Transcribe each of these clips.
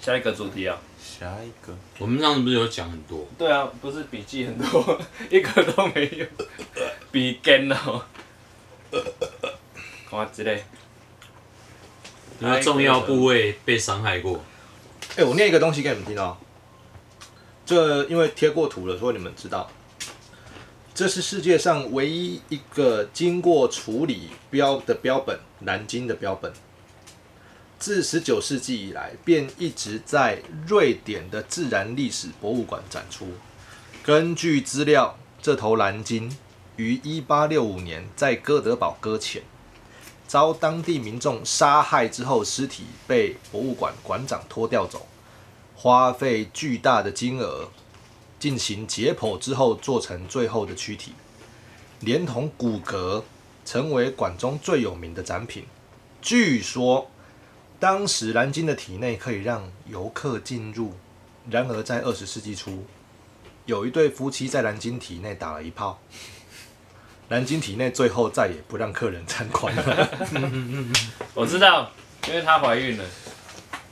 下一个主题啊，下一个，我们上次不是有讲很多？对啊，不是笔记很多， 一个都没有， 笔尖哦，看之类，有没有重要部位被伤害过？哎、我念一个东西给你们听哦。这因为贴过图了，所以你们知道。这是世界上唯一一个经过处理标的标本——南京的标本。自19世纪以来，便一直在瑞典的自然历史博物馆展出。根据资料，这头蓝鲸于1865年在哥德堡搁浅，遭当地民众杀害之后，尸体被博物馆馆长拖吊走，花费巨大的金额进行解剖之后，做成最后的躯体，连同骨骼，成为馆中最有名的展品。据说，当时蓝鲸的体内可以让游客进入，然而在二十世纪初，有一对夫妻在蓝鲸体内打了一炮。蓝鲸体内最后再也不让客人参观了。我知道，因为她怀孕了，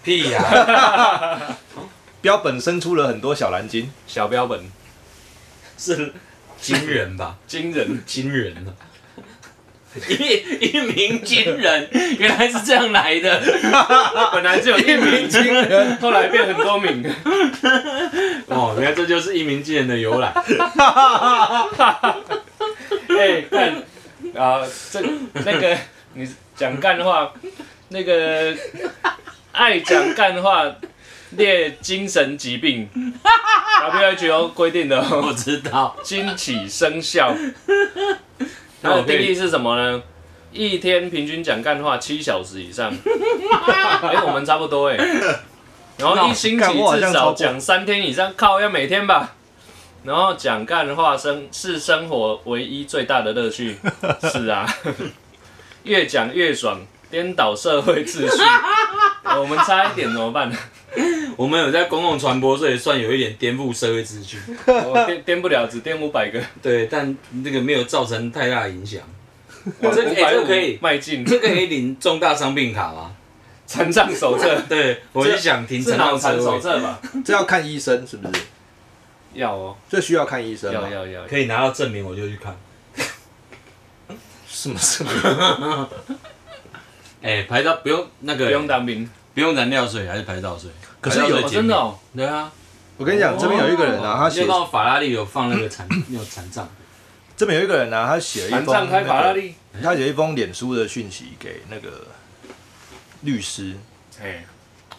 屁呀！标本生出了很多小蓝鲸，小标本， 是金人吧？惊人，金人啊！一一鸣惊人，原来是这样来的。本来只有一名惊人， 后来变很多名，哦，原来这就是一鸣惊人的由来。哎、看，啊，这那个你讲干话，那个爱讲干话列精神疾 病，WHO 规定的、哦， 我知道，经起生 效。它那的我可定义以是什么呢？一天平均讲干话七小时以上。哎、我们差不多哎、然后一星期干我好至像超少过讲三天以上，靠，要每天吧。然后讲干话生是生活唯一最大的乐趣。是啊，越讲越爽，颠倒社会秩序。我们差一点怎么办？我们有在公共传播，所以算有一点颠覆社会秩序。我颠颠不了，只颠五百个，对，但那个没有造成太大影响。往这个五哎百这个五可 以迈进。这个可以领重大伤病卡吗？残障手册对，我是想停是车脑到残车手位，册吧？这要看医生是不是？要哦，这需要看医生吗要要要。可以拿到证明我就去看。什么什么？哎、排到不用那个，不用当兵，不用燃料水，还是排到水。可是排到有水哦，解真的密哦，对啊，我跟你讲，这边有一个人啊，他就写到法拉利有放那个残 那种残障，这边有一个人啊，他写了一残封、障开法拉那个，利，他写一封脸书的讯息给那个律师，哎，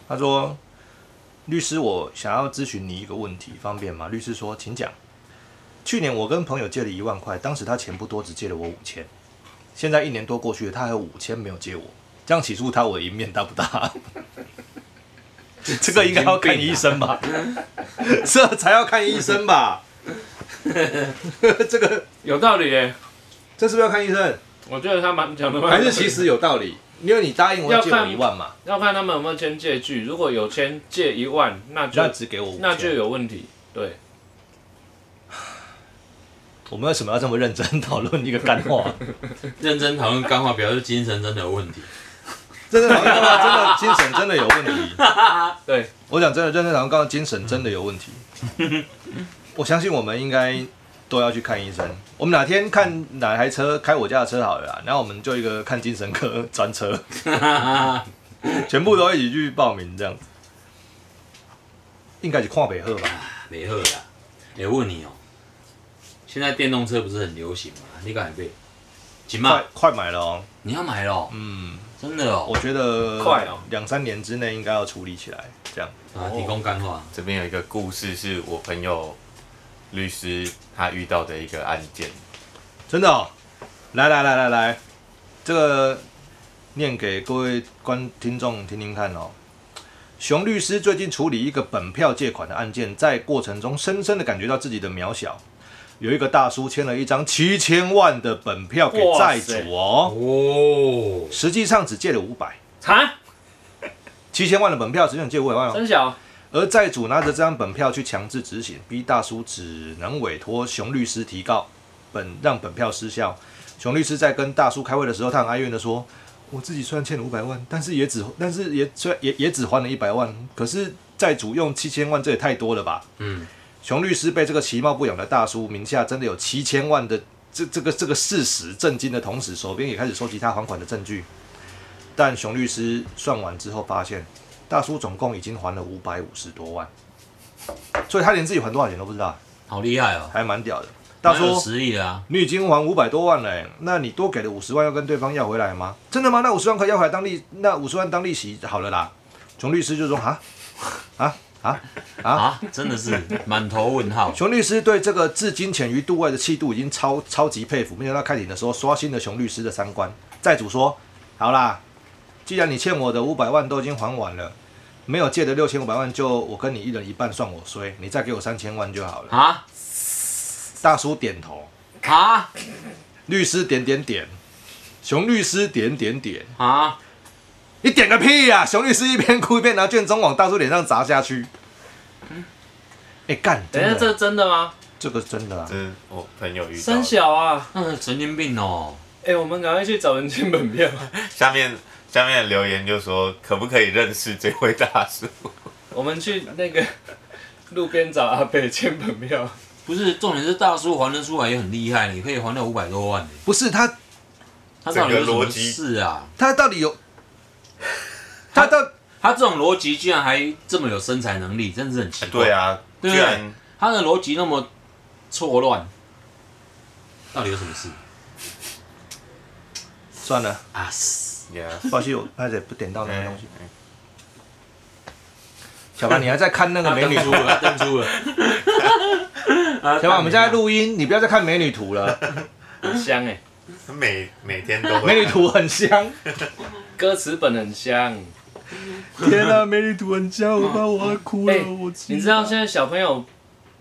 他说：“律师，我想要咨询你一个问题，方便吗？”律师说：“请讲。”去年我跟朋友借了一万块，当时他钱不多，只借了我五千。现在一年多过去了，他还有五千没有借我，这样起诉他，我的赢面大不大？ 这个应该要看医生吧，这才要看医生吧。这个有道理耶，这是不是要看医生？我觉得他蛮讲的蛮还是其实有道理？因为你答应我要借我看一万嘛，要看他们有没有签借据，如果有签借一万，那就那只给我五千。那就有问题，对，我们为什么要这么认真讨论一个干话？认真讨论钢化表示精神真的有问题。 真的，真的，真的，精神真的有问题。对，我讲真的，认真堂刚刚精神真的有问题。我相信我们应该都要去看医生。我们哪天看哪台车开我家的车好了啦，然后我们就一个看精神科专车，全部都一起去报名这样子。应该是跨北鹤吧？没喝啦。哎、问你哦、现在电动车不是很流行吗？你敢买？行快吧，快买了哦！你要买咯，嗯，真的哦、我觉得快哦两三年之内应该要处理起来，这样。啊，提供干话，这边有一个故事，是我朋友律师他遇到的一个案件。真的、哦，来来来来来，这个念给各位观听众听听看哦。熊律师最近处理一个本票借款的案件，在过程中深深的感觉到自己的渺小。有一个大叔签了一张七千万的本票给债主哦，哦，实际上只借了五百，哈，七千万的本票只想借五百万哦。真小，而债主拿着这张本票去强制执行，逼大叔只能委托熊律师提告，本让本票失效。熊律师在跟大叔开会的时候，他很哀怨的说：“我自己虽然欠了五百万，但是也只但是也虽也也只还了一百万，可是债主用七千万，这也太多了吧？嗯，熊律师被这个其貌不扬的大叔名下真的有七千万的这这个这个事实震惊的同时，手边也开始收集他还款的证据。但熊律师算完之后发现，大叔总共已经还了五百五十多万，所以他连自己还多少钱都不知道，好厉害哦，还蛮屌的。大蛮有叔，实力的啊，你已经还五百多万了欸，那你多给了五十万要跟对方要回来吗？真的吗？那五十万可以要回来当利，那五十万当利息好了啦。熊律师就说啊啊啊啊啊，真的是满头问号，熊律师对这个置金钱于度外的气度已经超超级佩服，没想到开庭的时候刷新了熊律师的三观。债主说：“好啦，既然你欠我的五百万都已经还完了，没有借的六千五百万就我跟你一人一半，算我衰，你再给我三千万就好了。啊”大叔点头，啊律师点点点，熊律师点点点，啊，你点个屁呀、熊律师一边哭一边拿卷宗往大叔脸上砸下去。哎、干！等一下，真的这真的吗？这个真的啊这，是我哦朋友遇到三的。小啊，那神经病哦，哎、我们赶快去找人签本票。 下面下面的留言就说，可不可以认识这位大叔？我们去那个 路边找阿贝签本票。不是，重点是大叔还得出来也很厉害，你可以还到五百多万耶，不是他他到底有什整个么逻辑事啊？他到 底有？他到他这种逻辑居然还这么有生财能力，真的是很奇哎怪。 对，啊，居对然他的逻辑那么错乱，到底有什么事算了，啊？也抱歉，我拍姐不点到那个东西。哎小白，你还在看那个他美登女出图？了，他登出了。 啊小白，我们现在录音，你不要再看美女图了，很香哎、每每天都 美女会图很香。歌词本很香。啊天啊，美女图很香，我怕我要哭哎我你知道现在小朋友，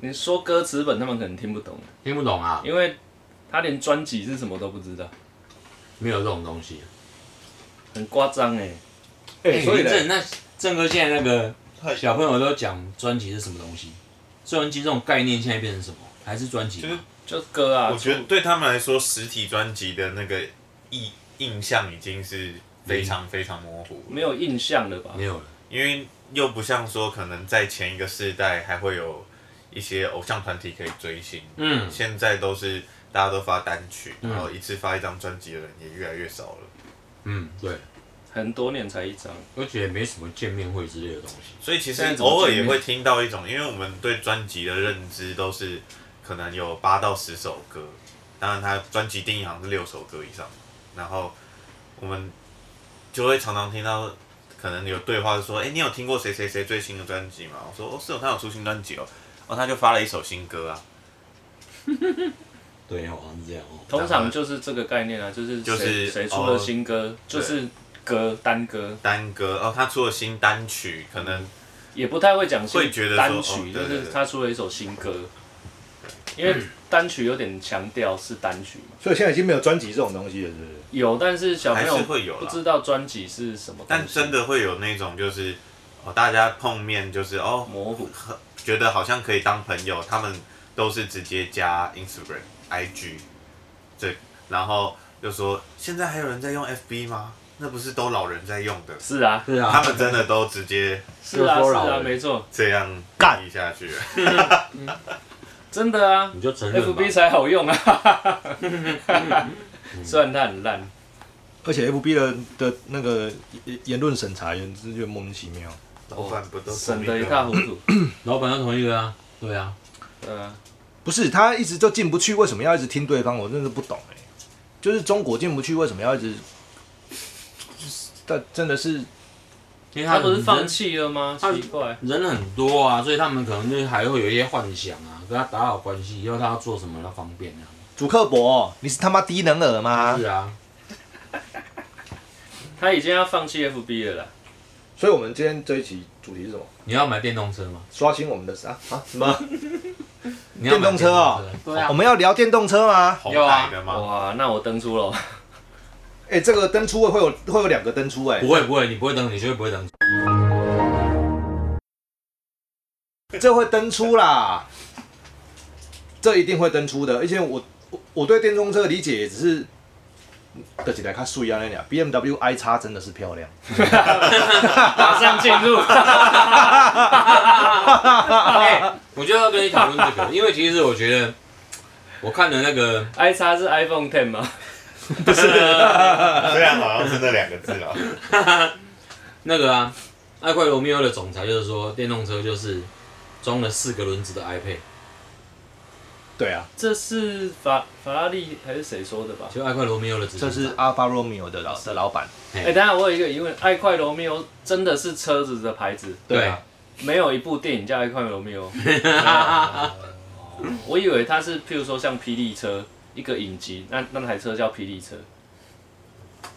你说歌词本他们可能听不懂，听不懂啊，因为他连专辑是什么都不知道，没有这种东西。很夸张哎。哎所以呢正那正哥现在那个太小朋友都讲专辑是什么东西，专辑这种概念现在变成什么？还是专辑就吗？是就歌啊，我觉得对他们来说，实体专辑的那个印印象已经是非常非常模糊了，没有印象了吧没？有了，因为又不像说可能在前一个世代还会有一些偶像团体可以追星，嗯，现在都是大家都发单曲，嗯然后一次发一张专辑的人也越来越少了。嗯，对，很多年才一张，而且也没什么见面会之类的东西。所以其实现在怎么偶尔见也面会听到一种，因为我们对专辑的认知都是可能有八到十首歌，当然它专辑定义好像是六首歌以上，然后我们就会常常听到可能有对话说，哎、你有听过谁谁谁最新的专辑吗？我说哦是哦，他有出新专辑哦，哦他就发了一首新歌啊，对，好像是这样哦。通常就是这个概念啊，就是就谁是谁出了哦新歌，就是歌单歌，单歌哦他出了新单曲，可能嗯也不太会讲新会觉得说单哦曲，就对对是对嗯他出了一首新歌，因为单曲有点强调是单曲嘛，所以现在已经没有专辑这种东西了，是不是？有，但是小朋还友是会有不啦。知道专辑是什么东西，但真的会有那种就是哦，大家碰面就是哦，模糊觉得好像可以当朋友，他们都是直接加 Instagram、IG，这然后就说现在还有人在用 FB 吗？那不是都老人在用的，是啊，是啊，他们真的都直接是啊，说是老啊，人没错，这样干移下 去了。真的啊你就承认吧，FB。才好用 啊，虽然它很烂，而且 FB 的的那个言言论审查也是觉得莫名其妙。老板不都省同得一个塌糊涂，老板要同意的啊，对啊，嗯、啊，不是他一直就进不去，为什么要一直听对方？我真的是不懂哎、就是中国进不去，为什么要一直？但真的是因为他他不是放人弃了吗？他奇怪，人很多啊，所以他们可能就是还会有一些幻想啊，跟他打好关系，以后他要做什么他方便啊。主刻薄，你是他妈低能儿吗是？啊，他已经要放弃 FB 了啦，所以，我们今天这一期主题是什么？你要买电动车吗？刷新我们的啊啊什么？你要买电动车哦电动车对啊我，们要聊电动车吗？红有啊海的吗？哇，那我登出 了，哎、这个登出会会有会有两个登出哎、不会不会，你不会等，你绝对不会等。这会登出啦，这一定会登出的。而且我我我对电动车的理解也只是的几台看素一样那俩 BMW i 叉真的是漂亮，马上进 入。哎，我就要跟你讨论这 个，因为其实我觉得我看了那个 i 叉是 iPhone Ten 吗？啊 虽然好像是那两个字 了，那个啊，爱快罗密欧的总裁就是说，电动车就是装了四个轮子的 iPad，对啊，这是法法拉利还是谁说的吧？就爱快罗密欧的执行这长是阿巴罗密欧的老的老板，哎、等一下我有一个疑问，爱快罗密欧真的是车子的牌子，对啊，没有一部电影叫爱快罗密 欧。我以为它是，譬如说像霹雳车一个影集，那那台车叫霹雳车，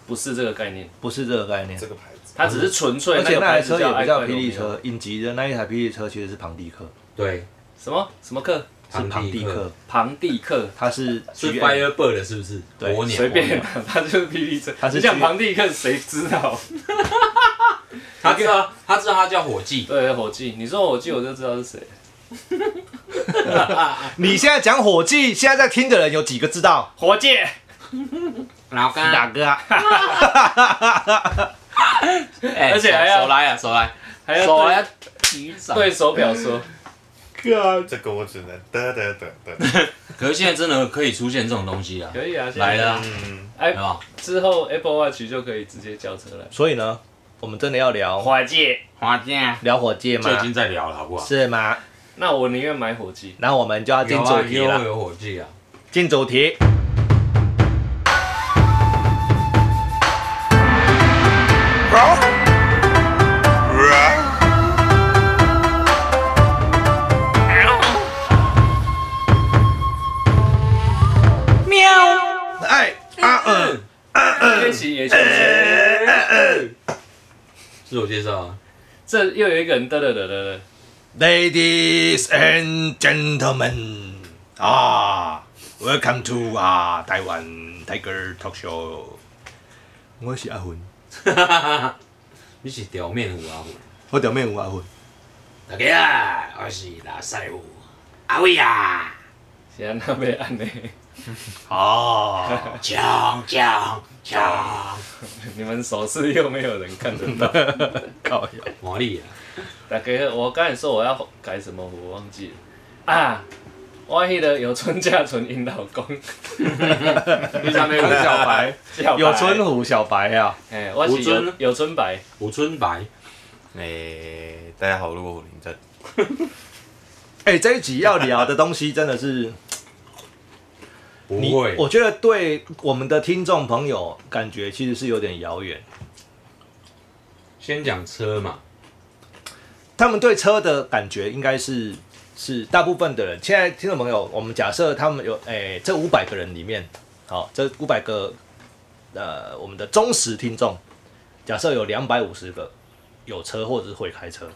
不是这个概念，不是这个概念。这个牌 子它只是纯粹而且个那台牌子车也不爱叫快霹罗密雳欧车，影集的那一台霹雳车其实是庞蒂克，对，什么什么克，是庞蒂克，，庞蒂克。它是是 GM Firebird 的是不是？对火鸟随 便， 他就是霹雳车。啊它是你讲 G- 庞蒂克，谁知道？他知道他知道他叫火 计，对，火计，你说火计，我就知道是谁。你现在讲火计，现在在听的人有几个知道？火箭，老干 哪个啊？ 哎而且还要手手来啊，手来，还要手啊对来举掌。对，手表说，这个我只能得得得得， 可是现在真的可以出现这种东西啊，可以啊，现在来了啊，嗯，哎对，吧？之后 Apple Watch 就可以直接叫车来。所以呢，我们真的要聊火箭，花剑聊火计最吗？近在聊了，好不好？是吗？那我宁愿买火计。那我们就要进有主啊，题有了，有火计啊，进主题。喵！哎啊嗯，练习也行。自我介绍啊，这又有一个人得了得了了， Ladies and gentlemen，啊，Welcome to 啊台湾 Tiger Talk Show。我是阿魂，啊 你是表面虎啊虎。我表面有阿魂。大家好，我是拉塞虎阿伟啊，现在那边按呢， 哦，强强强，你们手势又没有人看得到。 靠呀！魔力 啊！大家好，我刚才说我要改什么，我忘记了啊。我迄个有春嫁纯因老公，你上面有小白， 叫白有春，虎小白啊，哎，我是有春有有春白，吴春白，诶，哎大家好，如果我林正， 哎、这一集要聊的东西真的是 不你，会，我觉得对我们的听众朋友感觉其实是有点遥远，先讲车嘛，他们对车的感觉应该是是大部分的人。现在听众朋友，我们假设他们有诶、这五百个人里面，好、这五百个呃我们的忠实听众，假设有两百五十个有车或者是会开车，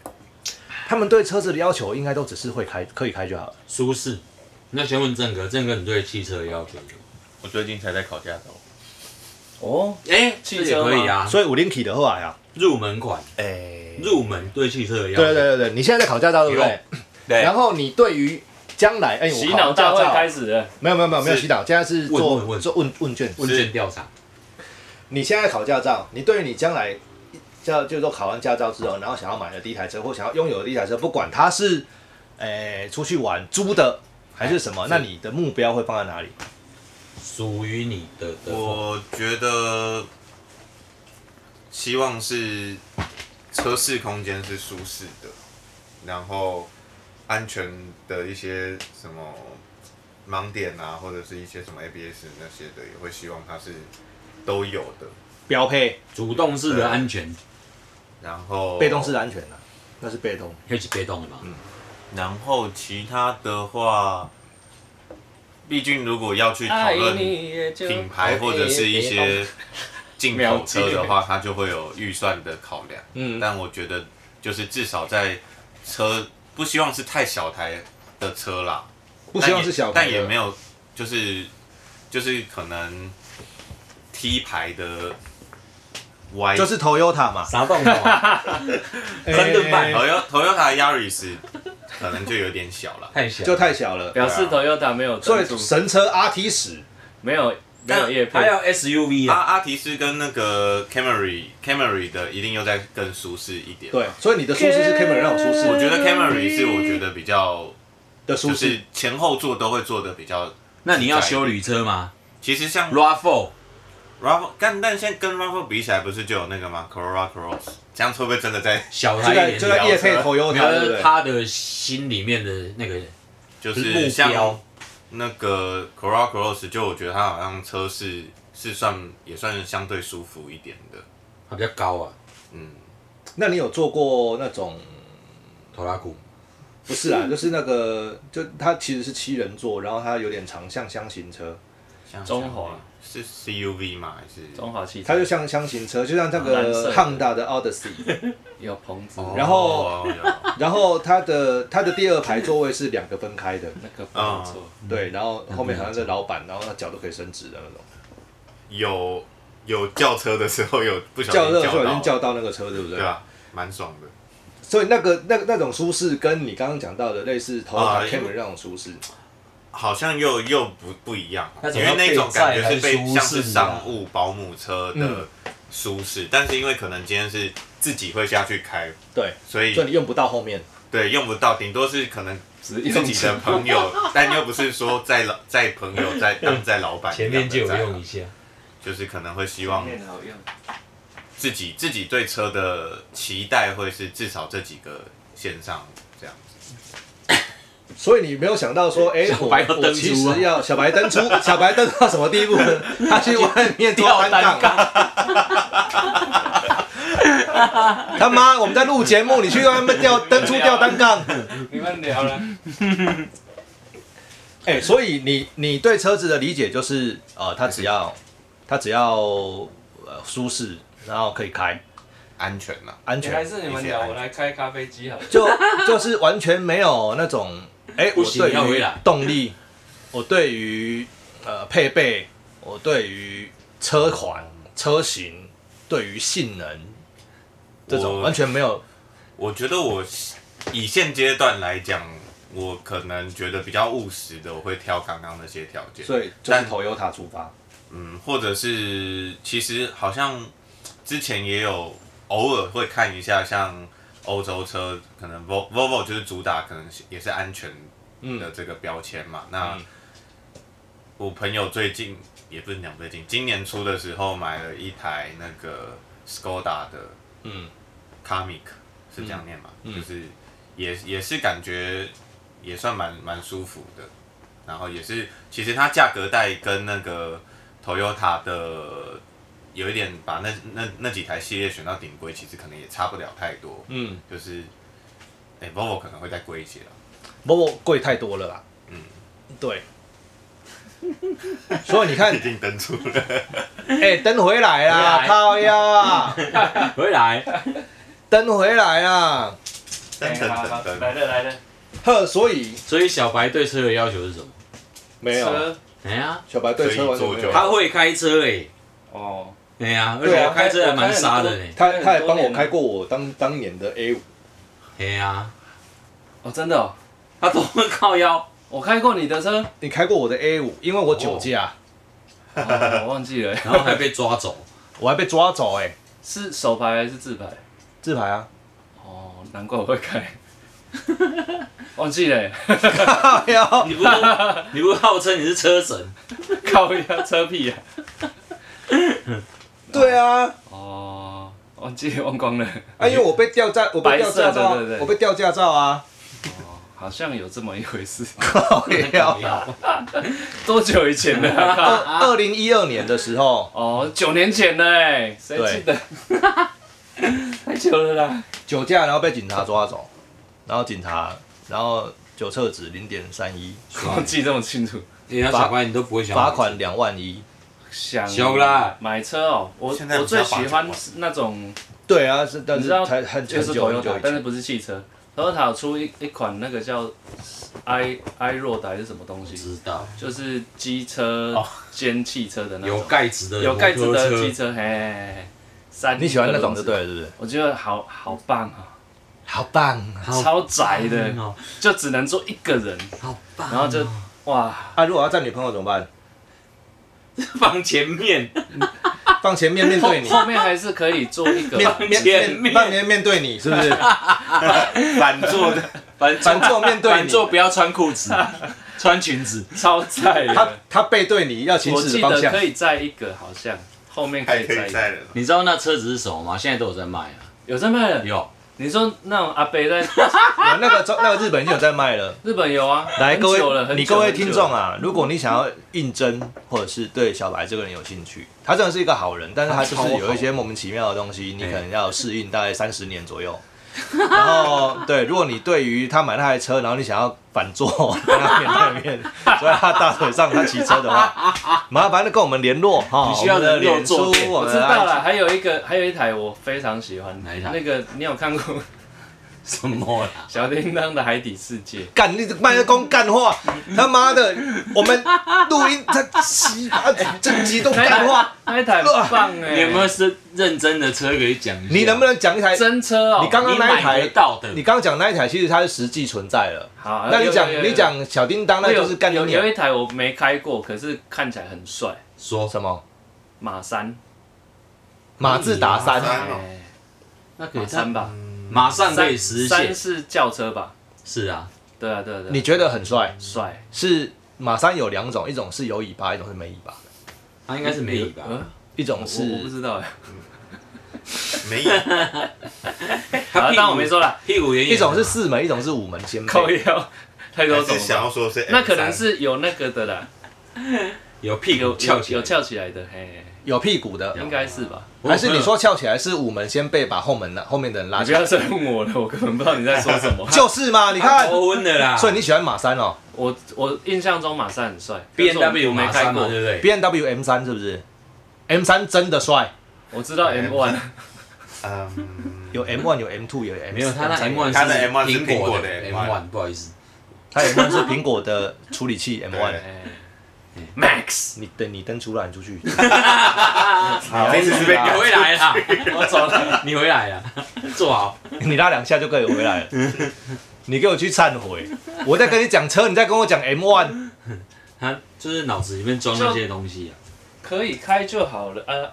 他们对车子的要求应该都只是会开，可以开就好了。舒适。那先问郑哥，郑哥你对汽车的要求是什么？我最近才在考驾照，哦，哎、汽车这也可以啊，所以五零 K 的话呀、哎入门款，诶，入门对汽车的要求。对对对对，你现在在考驾照对不对？对然后你对于将来，哎、我洗考脑大驾会照开始了，没有没有没有没有是洗脑，现在是问做问问做问问卷。问卷调查，你现在考驾照，你对于你将来叫就是说考完驾照之后，然后想要买的第一台车或想要拥有的第一台车，不管它是诶、出去玩租的还是什么，那你的目标会放在哪里？属于你的的。我觉得希望是车室空间是舒适的，然后安全的一些什么盲点啊，或者是一些什么 ABS 那些的，也会希望它是都有的。标配主动式的安全，然后被动式的安全啊，那是被动。可以去被动的嘛？然后其他的话，毕竟如果要去讨爱哎论啊你也就哎品牌或者是一些进口车的话，它就会有预算的考量。嗯但我觉得就是至少在车不希望是太小台的车啦，不希望是小但也但也没有有就是就是可能 T 牌的 Y 就是 Toyota 嘛，啥动作？啊哎三顿半诶 Toyota Toyota Yaris 可能就有点小了。太小，就太小了。啊表示 Toyota 没有所赞以助，神车 RT 十没有没有叶还配有 SUV 阿啊，阿提斯跟那个 Camry Camry 的一定又再更舒适一点。，对，所以你的舒适是 Cameron 让我舒我适觉得 Camry 是我觉得比较，的舒就适是，前后座都会做的比较。那你要修旅车吗其实像？RAV4 Rav，但但现在跟 Rav 比起来，不是就有那个吗？Corolla Cross，这样会不会真的在 小这台个一这点个的，叶配头优我觉他，对不得对？他的心里面的那个就是目标像那个 Corolla Cross，就我觉得它好像车是是算也算是相对舒服一点的。它比较高啊，嗯，那你有做过那种头拉骨。不是啊，就是那个，就它其实是七人座，然后它有点长，像箱型车，像中华是 CUV 吗？还是中华汽车，它就像箱型车，就像那蓝色个的 Honda 的 Odyssey，有棚子，然后哦有然后它的它的第二排座位是两个分开的，那个不错，对，然后后面好像是老板，然后他脚都可以伸直的那种。有有叫车的时候有不小叫心热的时候已到经，叫到那个车，对不对？嗯对啊吧？蛮爽的。所以那个那那种舒适，跟你刚刚讲到的类似头啊打因为 Camry 那种舒适，好像又又不不一样，那因怎么为那种感觉是被载还被舒适啊嗯像是商务保姆车的舒适，但是因为可能今天是自己会下去开，对，所以所以你用不到后面。对用不到，顶多是可能自自己的朋友， 但又不是说在老 在朋友在当在老板一前样的面就有载用一下，啊就是可能会希方望面好用，自己自己对车的期待会是至少这几个线上这样子，所以你没有想到 说，哎、我白要我登其出啊实要小白 登出，小白登到什么地步呢？他去外面做 吊单单杠。杠， 他妈，我们在录节目，你去外面吊登出吊单 杠。你们聊了，哎、所以你你对车子的理解就是，呃，它只要它只要呃舒适，然后可以开，安全了、安你全，还是你们聊，我来开咖啡机 好了。就就是完全没有那种，哎、不我行对要回于来动力，我对于呃配备，我对于车款、车型，对于性能，这种我完全没有。我觉得我以现阶段来讲，我可能觉得比较务实的，我会挑刚刚那些条件。以就是但 Toyota 出发，嗯，或者是其实好像之前也有偶尔会看一下，像欧洲车，可能 Vol- Volvo 就是主打，可能是也是安全的嗯，这个标签嘛。那嗯我朋友最近也不是讲最近，今年初的时候买了一台那个 Skoda 的嗯 Comic 是这样念嘛，嗯嗯就是也也是感觉也算蛮蛮舒服的，然后也是其实它价格带跟那个 Toyota 的有一点把那那那几台系列选到顶规，其实可能也差不了太多，嗯就是哎、v o l v o 可能会再贵一些啦， ，Volvo 贵太多了啦。嗯，对。所以你看 已，经登出 了，哎、登回来回啦，来靠腰啊，回来，登回来啦。噔哎噔好好噔来噔，了来了，呵，所以所以小白对车的要求是什么？没有车哎呀，小白对车完全没可以有坐就好，他会开车哎，哦，哎呀，而对且啊他开车还蛮杀的欸呢，他他还帮我开过我当当年的 A 五，哎呀，哦真的哦，他都会靠腰，我开过你的车，你开过我的 A 五，因为我酒驾，哦我忘记了，然后还被抓走，我还被抓走哎、是手牌还是自牌？自牌 啊，哦，难怪我会开， 忘记了， 哎呦，你不你不号称你是车神，靠一下车屁啊！对啊，哦，忘记忘光了，啊，因为我被吊驾，我被吊驾照白色啊，的对对对我被吊驾照啊，好像有这么一回事， 靠腰，多久以前的 啊、啊二二零一二年的时候，哦，九年前了哎，谁记得？ 太久了啦。酒驾然后被警察抓走，然后警察，然后酒测值零点三一，忘记这么清楚，人家哎小白你都不会想罚款两万一，想小啦买车哦，我现在我不是要最喜罚欢钱吗那种，对啊，是但你是知道才很就很是久很久 Toyota，以但是前，不是汽车。Toyota 有出一一款那个叫 i i road 还是什么东我西，知道就是机车哦兼汽车的那有种，盖子的有盖子摩托的车机车，嘿嘿，嘿三你喜欢那种个就轮子对，了，是不是？我觉得好好棒啊，好棒啊！好超窄的棒，哦，就只能坐一个人，好棒哦，然后就哇，啊，如果要占女朋友怎么办？ 放前面，放前面面后 对你，后面还是可以做一 个吧面面前面面半面面对你，是 不是？反坐的，反反坐面对 反你，坐不要穿裤子，穿裙子。超载他的。他背对你要行我驶的记方得向，可以载一个，好像后面可还以可载以一个，载人。你知道那车子是什么吗？现在都有在卖啊。有在卖的。有，你说那种阿北在啊那个中那个日本已经有在卖了。日本有啊？ 来，很各久了位，很你久各位很久听众了啊，如果你想要应征，或者是对小白这个人有兴趣，他真的是一个好人，但是他就是有一些莫名其妙的东哎西，你可能要适应大概三十年左右。然后，对，如果你对于他买那台车，然后你想要反坐 跟他面 对面，坐在他大腿上，他骑车的话，麻烦的跟我们联络哈。你需要我们的人肉脸书坐垫，我我们知的道 IG 了，还有一个，还有一台我非常喜欢，哪一台那个你有看过什么啦？小叮当的《海底世界》？干你卖个公干话，他妈的，我们录音他急啊，这激动那一干台话，那一台很棒哎、你有没有是认真的车可以讲一下？你能不能讲一台？真车哦、你刚刚你那一买台得，到的？你刚刚讲那一台，其实它是实际存在了。好，那你有讲啊有有你讲小叮当，那有就是干有你啊有一台我没开过，可是看起来很帅，说什么马三，马自达马三三，哦哎那可以马三吧，马上可以实三现。是轿车吧？是啊，对啊对啊对啊，你觉得很帅？帅？是马三有两种，一种是有尾巴，一种是没尾巴，他应该是没尾嗯巴，，一我种我我不是知道哎，没好屁，股当我没说啦，屁股圆圆的嘛。一种是四门，一种是五门先扣配。腰太多有，种是想了，要说是 M 那可能是有那个的啦，有屁股有翘有起来有。翘起来的，嘿，有屁股的，应该是吧？我有还是朋你友说翘起来是五门先背，把后门的后面的人拉你起不来？。要再问我了，我根本不知道你在说什么 就是嘛，你看，哦头昏的啦。所以你喜欢马三哦我我印象中马三很帅 B 但是 N 我 W 没马开三嘛，过，对不对？ ，B N W M 三是不是？M 三真的帅，我知道 M One 嗯，有 M one 有 M two 有 M 没有，他那 M 他的 One M1 是苹苹果果的的 M M1 One，不好意思，它 M one 是苹果的处理器 M one，对哎 Max，你等你登出来，你出去。 好，这次是被你搞回来啦，我走了，你回来啦，坐好，你拉两下就可以回来了。你给我去忏悔！我在跟你讲车，你在跟我讲 M one，他就是脑子里面装那些东西啊，可以开就好了，呃，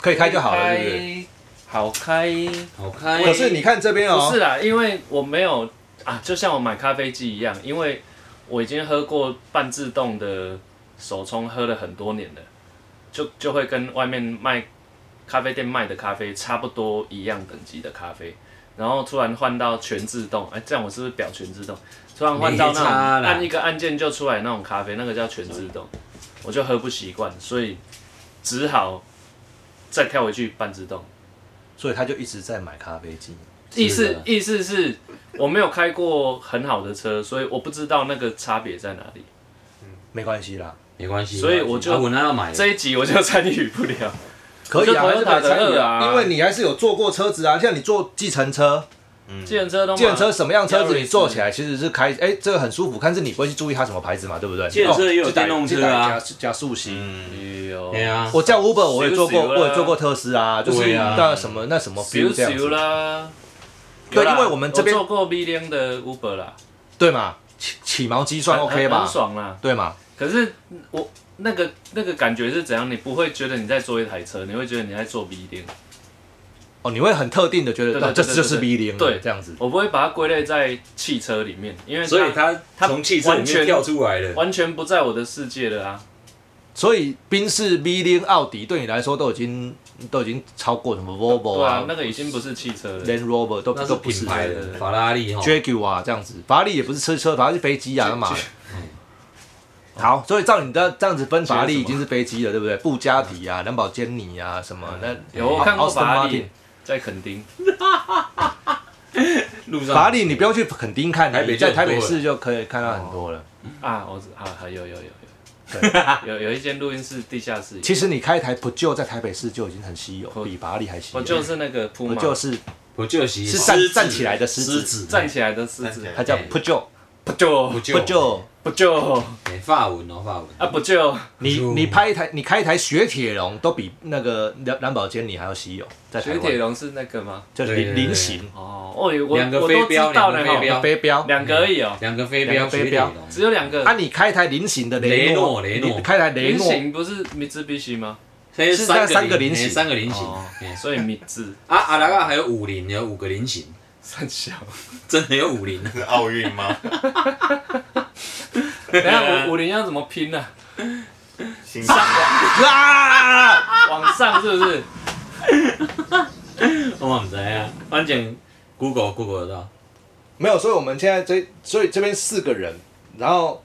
可以可开就好了，是不是？好开，好开，可是你看这边不哦是，啦，因为我没有啊，就像我买咖啡机一样，因为我已经喝过半自动的手冲，喝了很多年了，就就会跟外面卖咖啡店卖的咖啡差不多一样等级的咖啡，然后突然换到全自动，哎、这样我是不是表全自动？突然换到那没种差啦按一个按键就出来那种咖啡，那个叫全自动，我就喝不习惯，所以只好再跳回去半自动。所以他就一直在买咖啡机。意是思的意思是我没有开过很好的车，所以我不知道那个差别在哪里。没关系啦，没关系，所以我就啊我那要买哎的，这一集我就参与不了。可以啊，我还就是可以 Toyota 参与的啊，啊因为你还是有坐过车子啊，像你坐计程车，计程车都 计程车什么样车子 Yaris 你坐起来其实是开，哎，这个很舒服，但是你不会去注意它什么牌子嘛，对不对？计程车也有哦电动车啊加加速型，嗯，有对啊，我叫 Uber 我也做过，咻咻啦我也做过特斯拉，就是对啊那什么那什么 feel 咻这样咻子，啦。对有啦因为我们这边做过 V 零的 Uber 啦，对嘛？起起毛机算很 OK 很吧？爽啦。对嘛？可是我那个那个感觉是怎样？你不会觉得你在坐一台车，你会觉得你在坐 V 零。哦，你会很特定的觉得，对哦对这对对就是 V 对零，对这样子。我不会把它归类在汽车里面，因为所以它他他从汽车里完面全跳出来了，完全不在我的世界了啊。所以宾士、V 零、奥迪对你来说都已经都已经超过什么 Volvo 对啊啊，、那个已经不是汽车了。 Land Rover 都那都是不是品牌对的对法拉利哈， Jaguar 啊这样子，法拉利也不是车车，法拉利是飞机啊，干嘛的？嗯好，所以照你的这样子分，法拉利已经是飞机了，对不对？布加迪嗯啊、兰博基尼啊什么那呃有我看过奥斯顿法拉 Martin 利在垦丁，路啊上法拉利你不用去垦丁看，台北你在就很台多北市就可以看到很多了。啊，我知啊，还有有有有对，有有一间录音室地下室，其实你开一台普旧在台北市就已经很稀有，比法拉利还稀我有。就是那个铺普马旧是不就是站狮子站起来的狮子狮子站起来的狮站起子来，它叫哎普旧，不就不就不就不就哎法文哦法文，啊不就你就你拍一台你开一台雪铁龙都比那个蓝蓝宝坚尼还要稀有，在台雪铁湾龙是那个吗？就是对菱对对菱形哦，哦，我两个我飞都知镖道两了个飞镖哈，飞镖。 两个而已哦，两个飞两镖个飞雪铁镖龙，只有两个。啊，你开一台菱形的雷诺，雷诺雷诺你开一台雷菱诺，形不是 Mitsubishi 吗？所以是在三个菱菱形哎三个菱形。哦哎所以米字啊啊，那个还有五菱，有五个菱形，三小。真的有 五菱啊。是奥运 吗？等一下五五零要怎么拼呢？新上啊，往上是不是？我嘛唔知啊，反正 Google Google 得到。没有，所以我们现在这所以这边四个人，然后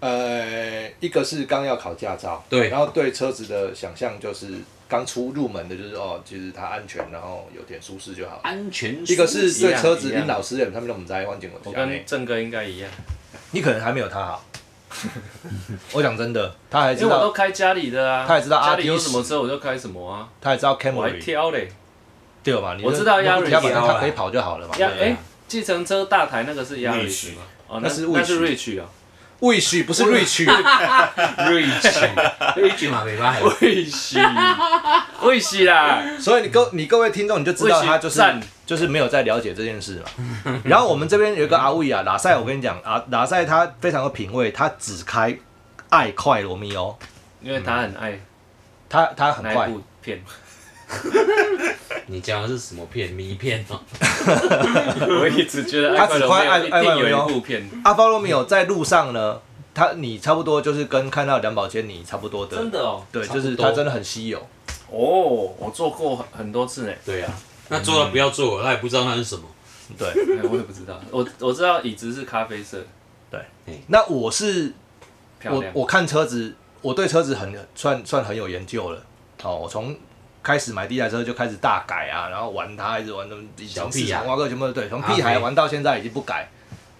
呃，一个是刚要考驾照，对然后对车子的想象就是刚出入门的，就是哦，其实它安全，然后有点舒适就好。安全一个是一对样车子，啊一样林老师，他们都不知道环境我我们在跟郑哥应该一样，你可能还没有 他好。我讲真的，他还因知为我都道，开家里的啊。他也知道家里有 RT 什么车我就开什么啊，他还知道我还 Camry 挑嘞。对吧？你我知道要 Yaris 要不然挑啦他可以跑就好了嘛。呀，对啊哎，计程车大台那个是 Yaris 吗？哦，那那是那是 Wish Rich 哦未许不是瑞许， Rich，Rich 嘛袂歹。 ，Rich，Rich 啦，所以你各你各位听众你就知道他就是 Wish，赞就是没有在了解这件事嘛。然后我们这边有一个阿威啊，拉塞，我跟你讲啊，拉塞他非常有品味，他只开爱快罗密欧，因为他很爱他他很那快一，部片，嗯 你讲的是什么片？迷片哦。我一直觉得爱快他只夸爱龙一爱定快有龙一部片，阿法罗密欧在路上呢，他你差不多就是跟看到两宝坚尼差不多的，真的哦，对，差不就多是他真的很稀有。哦，我做过很多次呢，对啊，那做了不要做，他也不知道那是什么。对，哎我也不知道，我我知道椅子是咖啡色，那我是漂我亮，我看车子，我对车子很算算很有研究了。哦，我从开始买第一台车就开始大改啊，然后玩它，一直玩的小屁孩挖哥全部都对，从阿屁孩飞玩到现在已经不改。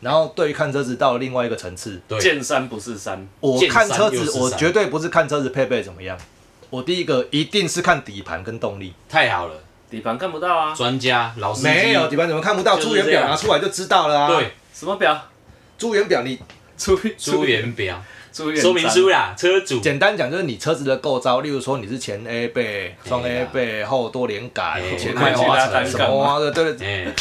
然后对于看车子到了另外一个层次，对见山不是山，我见看山车又子是我山绝对不是看车子配备怎么样，我第一个一定是看底盘跟动力。太好了，底盘看不到啊，专家老师没有底盘怎么看不到？就是珠圆这表样拿出来就知道了啊。，对什么表？珠圆表你出出原表出远说明书啦，车主简单讲，就是你车子的构造，例如说你是前 A 背、双 A 背、后多连杆、哎前我麦其花看他臣单什杠么啊的，对对，哎，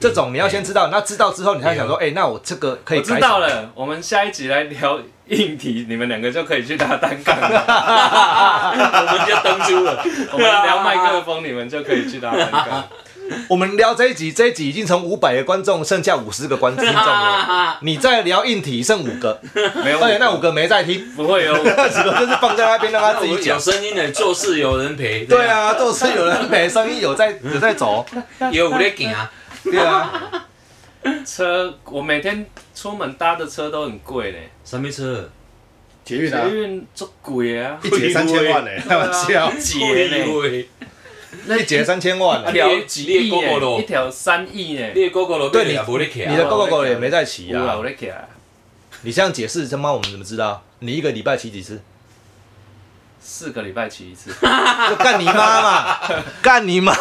这种你要先知道。那知道之后，你才想说，哎，那我这个可以我改知什道么。了，我们下一集来聊硬题，你们两个就可以去打单杠了。 我们就登出了。我们聊麦克风，你们就可以去打单 杠。我们聊这一集，这一集已经从五百个观众剩下五十个观听 众了。你再聊硬体剩五个，没有，而哎且那五个没在听， 不会哦有。那几个就是放在那边让他自己有讲。声音的做事有人陪，对，啊，都是有人没生意，有在有在走，有我在行啊，对啊。车，我每天出门搭的车都很贵呢，什么车？捷啊 捷运啊足贵啊，一节三千万呢， 开 玩笑，捷呢，嘞，一节三千万一 呢。条你几你亿的 GoGo 呢，咯一条三亿呢。你哥哥老对你你也无咧骑你的 GoGo 狗也没在骑有啦，啊我！在起来你这样解释，他妈我们怎么知道？你一个礼拜骑几次？四个礼拜骑一次，就干你妈嘛！干你妈！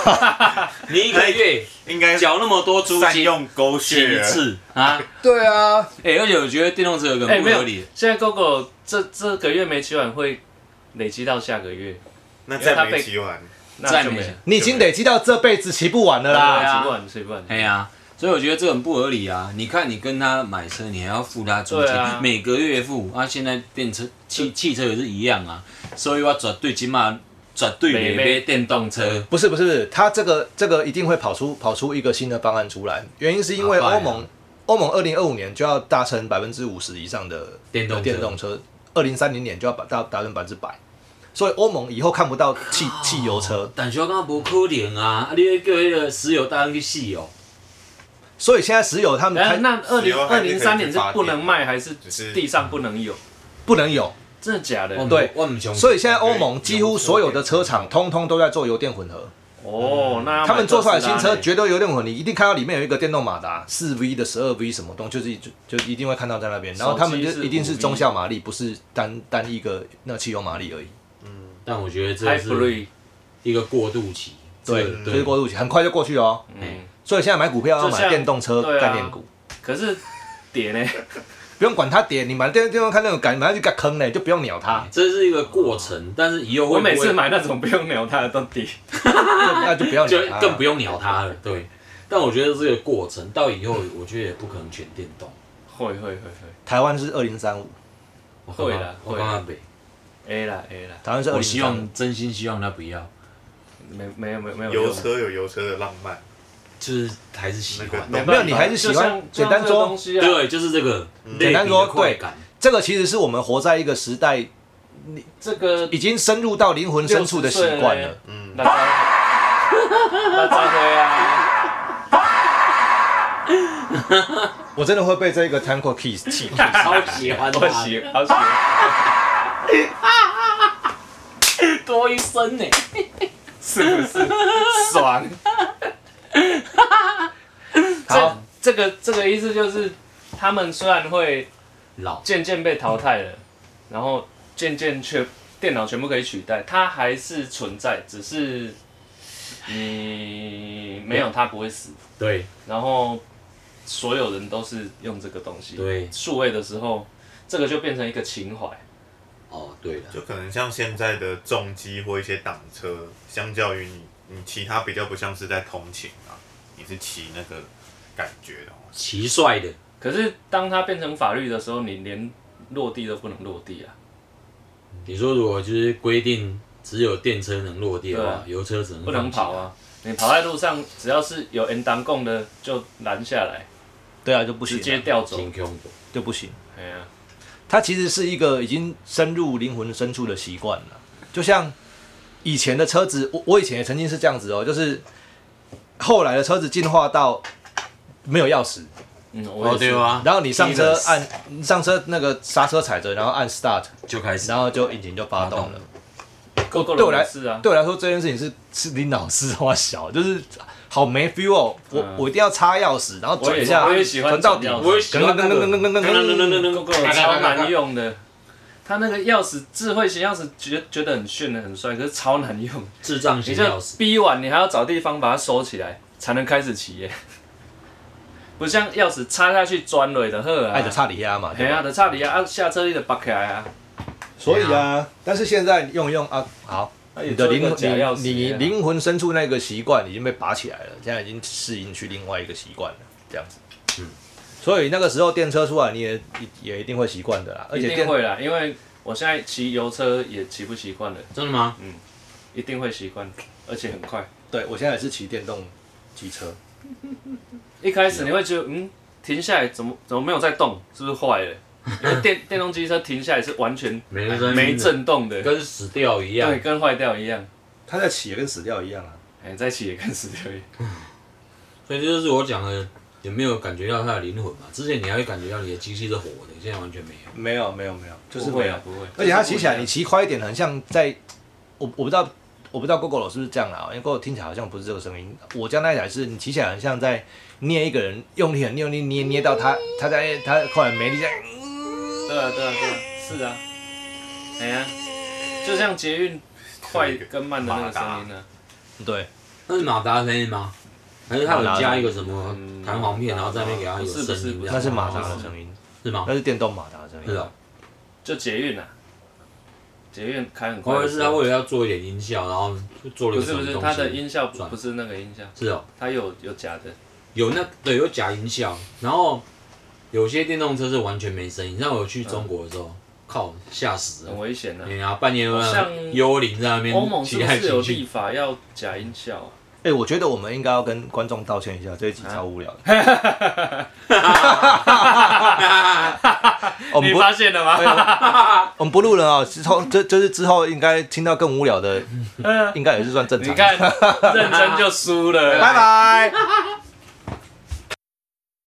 你一个月应该缴那么多租善金，用狗骑血一，次啊？对啊，哎，而且我觉得电动车有个哎，不没有合理，，现在 GoGo 这这个月没骑完会累积到下个月，那再没骑完，那就没没了你已经累积到这辈子骑不完了对啦！啊骑不完，骑不完。哎呀、所以我觉得这很不合理啊！你看，你跟他买车，你还要付他租金，对啊每个月付啊。现在电车、汽汽车也是一样啊，所以我绝对起码绝对没没买买电动车。不是不是，他这个这个一定会跑出跑出一个新的方案出来，原因是因为麻烦啊欧盟欧盟二零二五年就要达成百分之五十以上的电动车电动车，二零三零年就要达达成百分之百，所以欧盟以后看不到汽汽油车，但是我感觉无可能啊！啊，你要叫迄个石油单去死哦、所以现在石 油他们然后开哎那二 石零油二还是可以零去三年是发电不能卖还是是地上不能有？不能有，真的假的我？对我唔相信。所以现在欧盟几乎所有的车厂通通都在做油电混合，哦，那要买他们做出来的特斯拉新车呢绝对油电混合，你一定看到里面有一个电动马达四 V 的十二 V 什么东西，就是就就一定会看到在那边，然后他们就手机是一定是 5V 中效马力，不是单单一个那汽油马力而已，嗯但我觉得这是 Hybrid，一个过渡期。对这个，就是过渡期，很快就过去哦。嗯，所以现在买股票要就买像电动车对啊概念股，可是跌 呢，不用管它跌，你买电电动看那种感，马上就给它坑嘞，就不用鸟它，这是一个过程，但是以后我会不每会次买那种不用鸟它的都跌。那就不要 就鸟它，更不用鸟它了，对。但我觉得这个过程到以后，我觉得也不可能全电动，会会会会台湾是二零三五，我干嘛会啦我刚刚北， ，A 啦 A 啦，台湾是二我零希三五望。真心希望它不要，没没有没有没有油用车有油车的浪漫，就是还是喜欢，没办法没有你还是喜欢就像简单就像这个嗯说东西啊，对，就是这个类简单比说的对快感，这个其实是我们活在一个时代，这个已经深入到灵魂深处的习惯了。嗯，那那张 辉啊，我真的会被这个 Tango Kiss 气到。超喜欢 我它，喜啊好喜欢， 多一生呢，是不是 爽？好这，这个这个意思就是，他们虽然会老渐渐被淘汰了，然后渐渐全电脑全部可以取代，它还是存在，只是你没有它不会死，对然后所有人都是用这个东西。对数位的时候，这个就变成一个情怀。哦对了，就可能像现在的重机或一些挡车，相较于你你骑它比较不像是在通勤啊，你是骑那个感觉的哦。奇帅的可是当它变成法律的时候，你连落地都不能落地啊！你说如果就是规定只有电车能落地的话，对啊油车只能嗯不能放弃跑！啊！你跑在路上，只要是有人当供的，就拦下来，对啊，就不行直了，接调走。金空的，就不行。哎呀，它其实是一个已经深入灵魂深处的习惯了。就像以前的车子，我我以前也曾经是这样子哦，就是后来的车子进化到没有钥匙，嗯，我哦也对是。啊，然后你上车 Keyless 按你上车那个刹车踩着，然后按 start，就开始然后就引擎就发动了发动。够够哦对我来是啊，对我来说这件事情是是你脑是花小，就是好没 feel 哦。我、嗯我一定要插钥匙，然后转一下，我也我也喜欢转到底。转钥匙我也喜欢那噔个噔噔噔噔噔噔噔噔噔够够超难用的。它那个钥匙，智慧型钥匙，觉觉得很炫的，很帅，可是超难用。智障你型就钥匙，逼完，你还要找地方把它收起来，才能开始骑耶。 不像钥匙插下去钻了的呵啊爱，的哎差底下嘛。嘿啊，就差你啊，啊下车你就拔起来啊。所以啊，但是现在用一用啊，好，啊你的灵也做一个假钥匙哎啊你你耶灵魂深处那个习惯已经被拔起来了，现在已经适应去另外一个习惯了，这样子。嗯所以那个时候电车出来，你也也一定会习惯的啦。而一且定电会啦，因为我现在骑油车也骑不习惯了，真的吗？一定会习惯，而且很快。对我现在也是骑电动机车，一开始你会觉得，嗯，停下来怎么怎么没有在动，是不是坏了？因为电电动机车停下来是完全没人在那边没震动的，跟死掉一样对，，跟坏掉一样。它在骑也跟死掉一样啊。哎，在骑也跟死掉一样。所以这就是我讲的，有没有感觉到它的灵魂嘛？之前你还会感觉到你的机器是活的，现在完全没有。没有没有没有，就是不会没有啊，。不会。而且它骑起来，就是不一样你骑快一点，很像在，我我不知道，我不知道 GoGo 老是不是这样啦，因为 GoGo 听起来好像不是这个声音。我家那一台是你骑起来很像在捏一个人，用力很用力捏捏到他，他在他后来没力在，对啊，对啊，对啊，是啊。哎呀，就像捷运快跟慢的那个声音啊呢。对，那是马达的声音吗？还是它有加一个什么嗯弹簧片，然后在那边给它有不是声音不这是样？那是马达的声音，是吗那？是电动马达的声是音啊。，就捷运啊，捷运开很我以快为的是时他候。为了要做一点音效，然后做了一不个是什么不东是，西？它的音效不转不是那个音效，是哦，它有有假的。有那对有假音效，然后有些电动车是完全没声音。像我去中国的时候，靠吓死很了！危险啊！哎呀，半夜有嗯好像幽灵在那边欧盟是骑不来是有骑立去，法要假音效啊？哎，我觉得我们应该要跟观众道歉一下，这一集超无聊的。 哦我们不，现了吗？我们不录了啊！之后，这就是之后应该听到更无哎聊的，应该也是算正 你常。 看，认真就输了。拜拜。